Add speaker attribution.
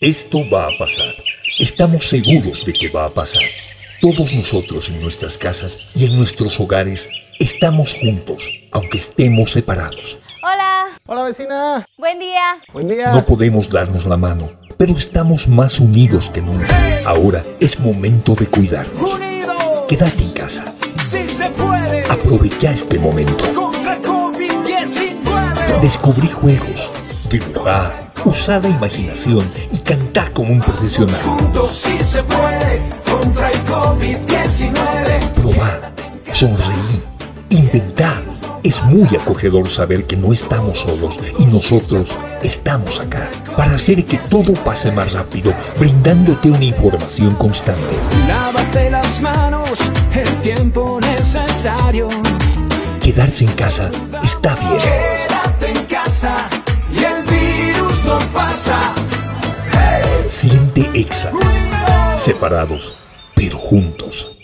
Speaker 1: Esto va a pasar. Estamos seguros de que va a pasar. Todos nosotros en nuestras casas y en nuestros hogares estamos juntos, aunque estemos separados.
Speaker 2: Hola,
Speaker 3: Hola vecina.
Speaker 2: buen día.
Speaker 3: Buen día.
Speaker 1: No podemos darnos la mano, pero estamos más unidos que nunca. Ahora es momento de cuidarnos.
Speaker 4: Unidos,
Speaker 1: Quédate en casa.
Speaker 4: si se puede,
Speaker 1: Aprovecha este momento.
Speaker 4: contra COVID-19.
Speaker 1: Descubrí juegos, dibujá, usá la imaginación y cantá como un profesional.
Speaker 4: Juntos si se puede, contra el COVID-19.
Speaker 1: Probá, sonreí, inventá. Es muy acogedor saber que no estamos solos y nosotros estamos acá para hacer que todo pase más rápido, brindándote una información constante.
Speaker 4: Lávate las manos, el tiempo necesario.
Speaker 1: Quedarse en casa está bien.
Speaker 4: Quédate en casa y el virus no pasa.
Speaker 1: Siente EXA. Separados, pero juntos.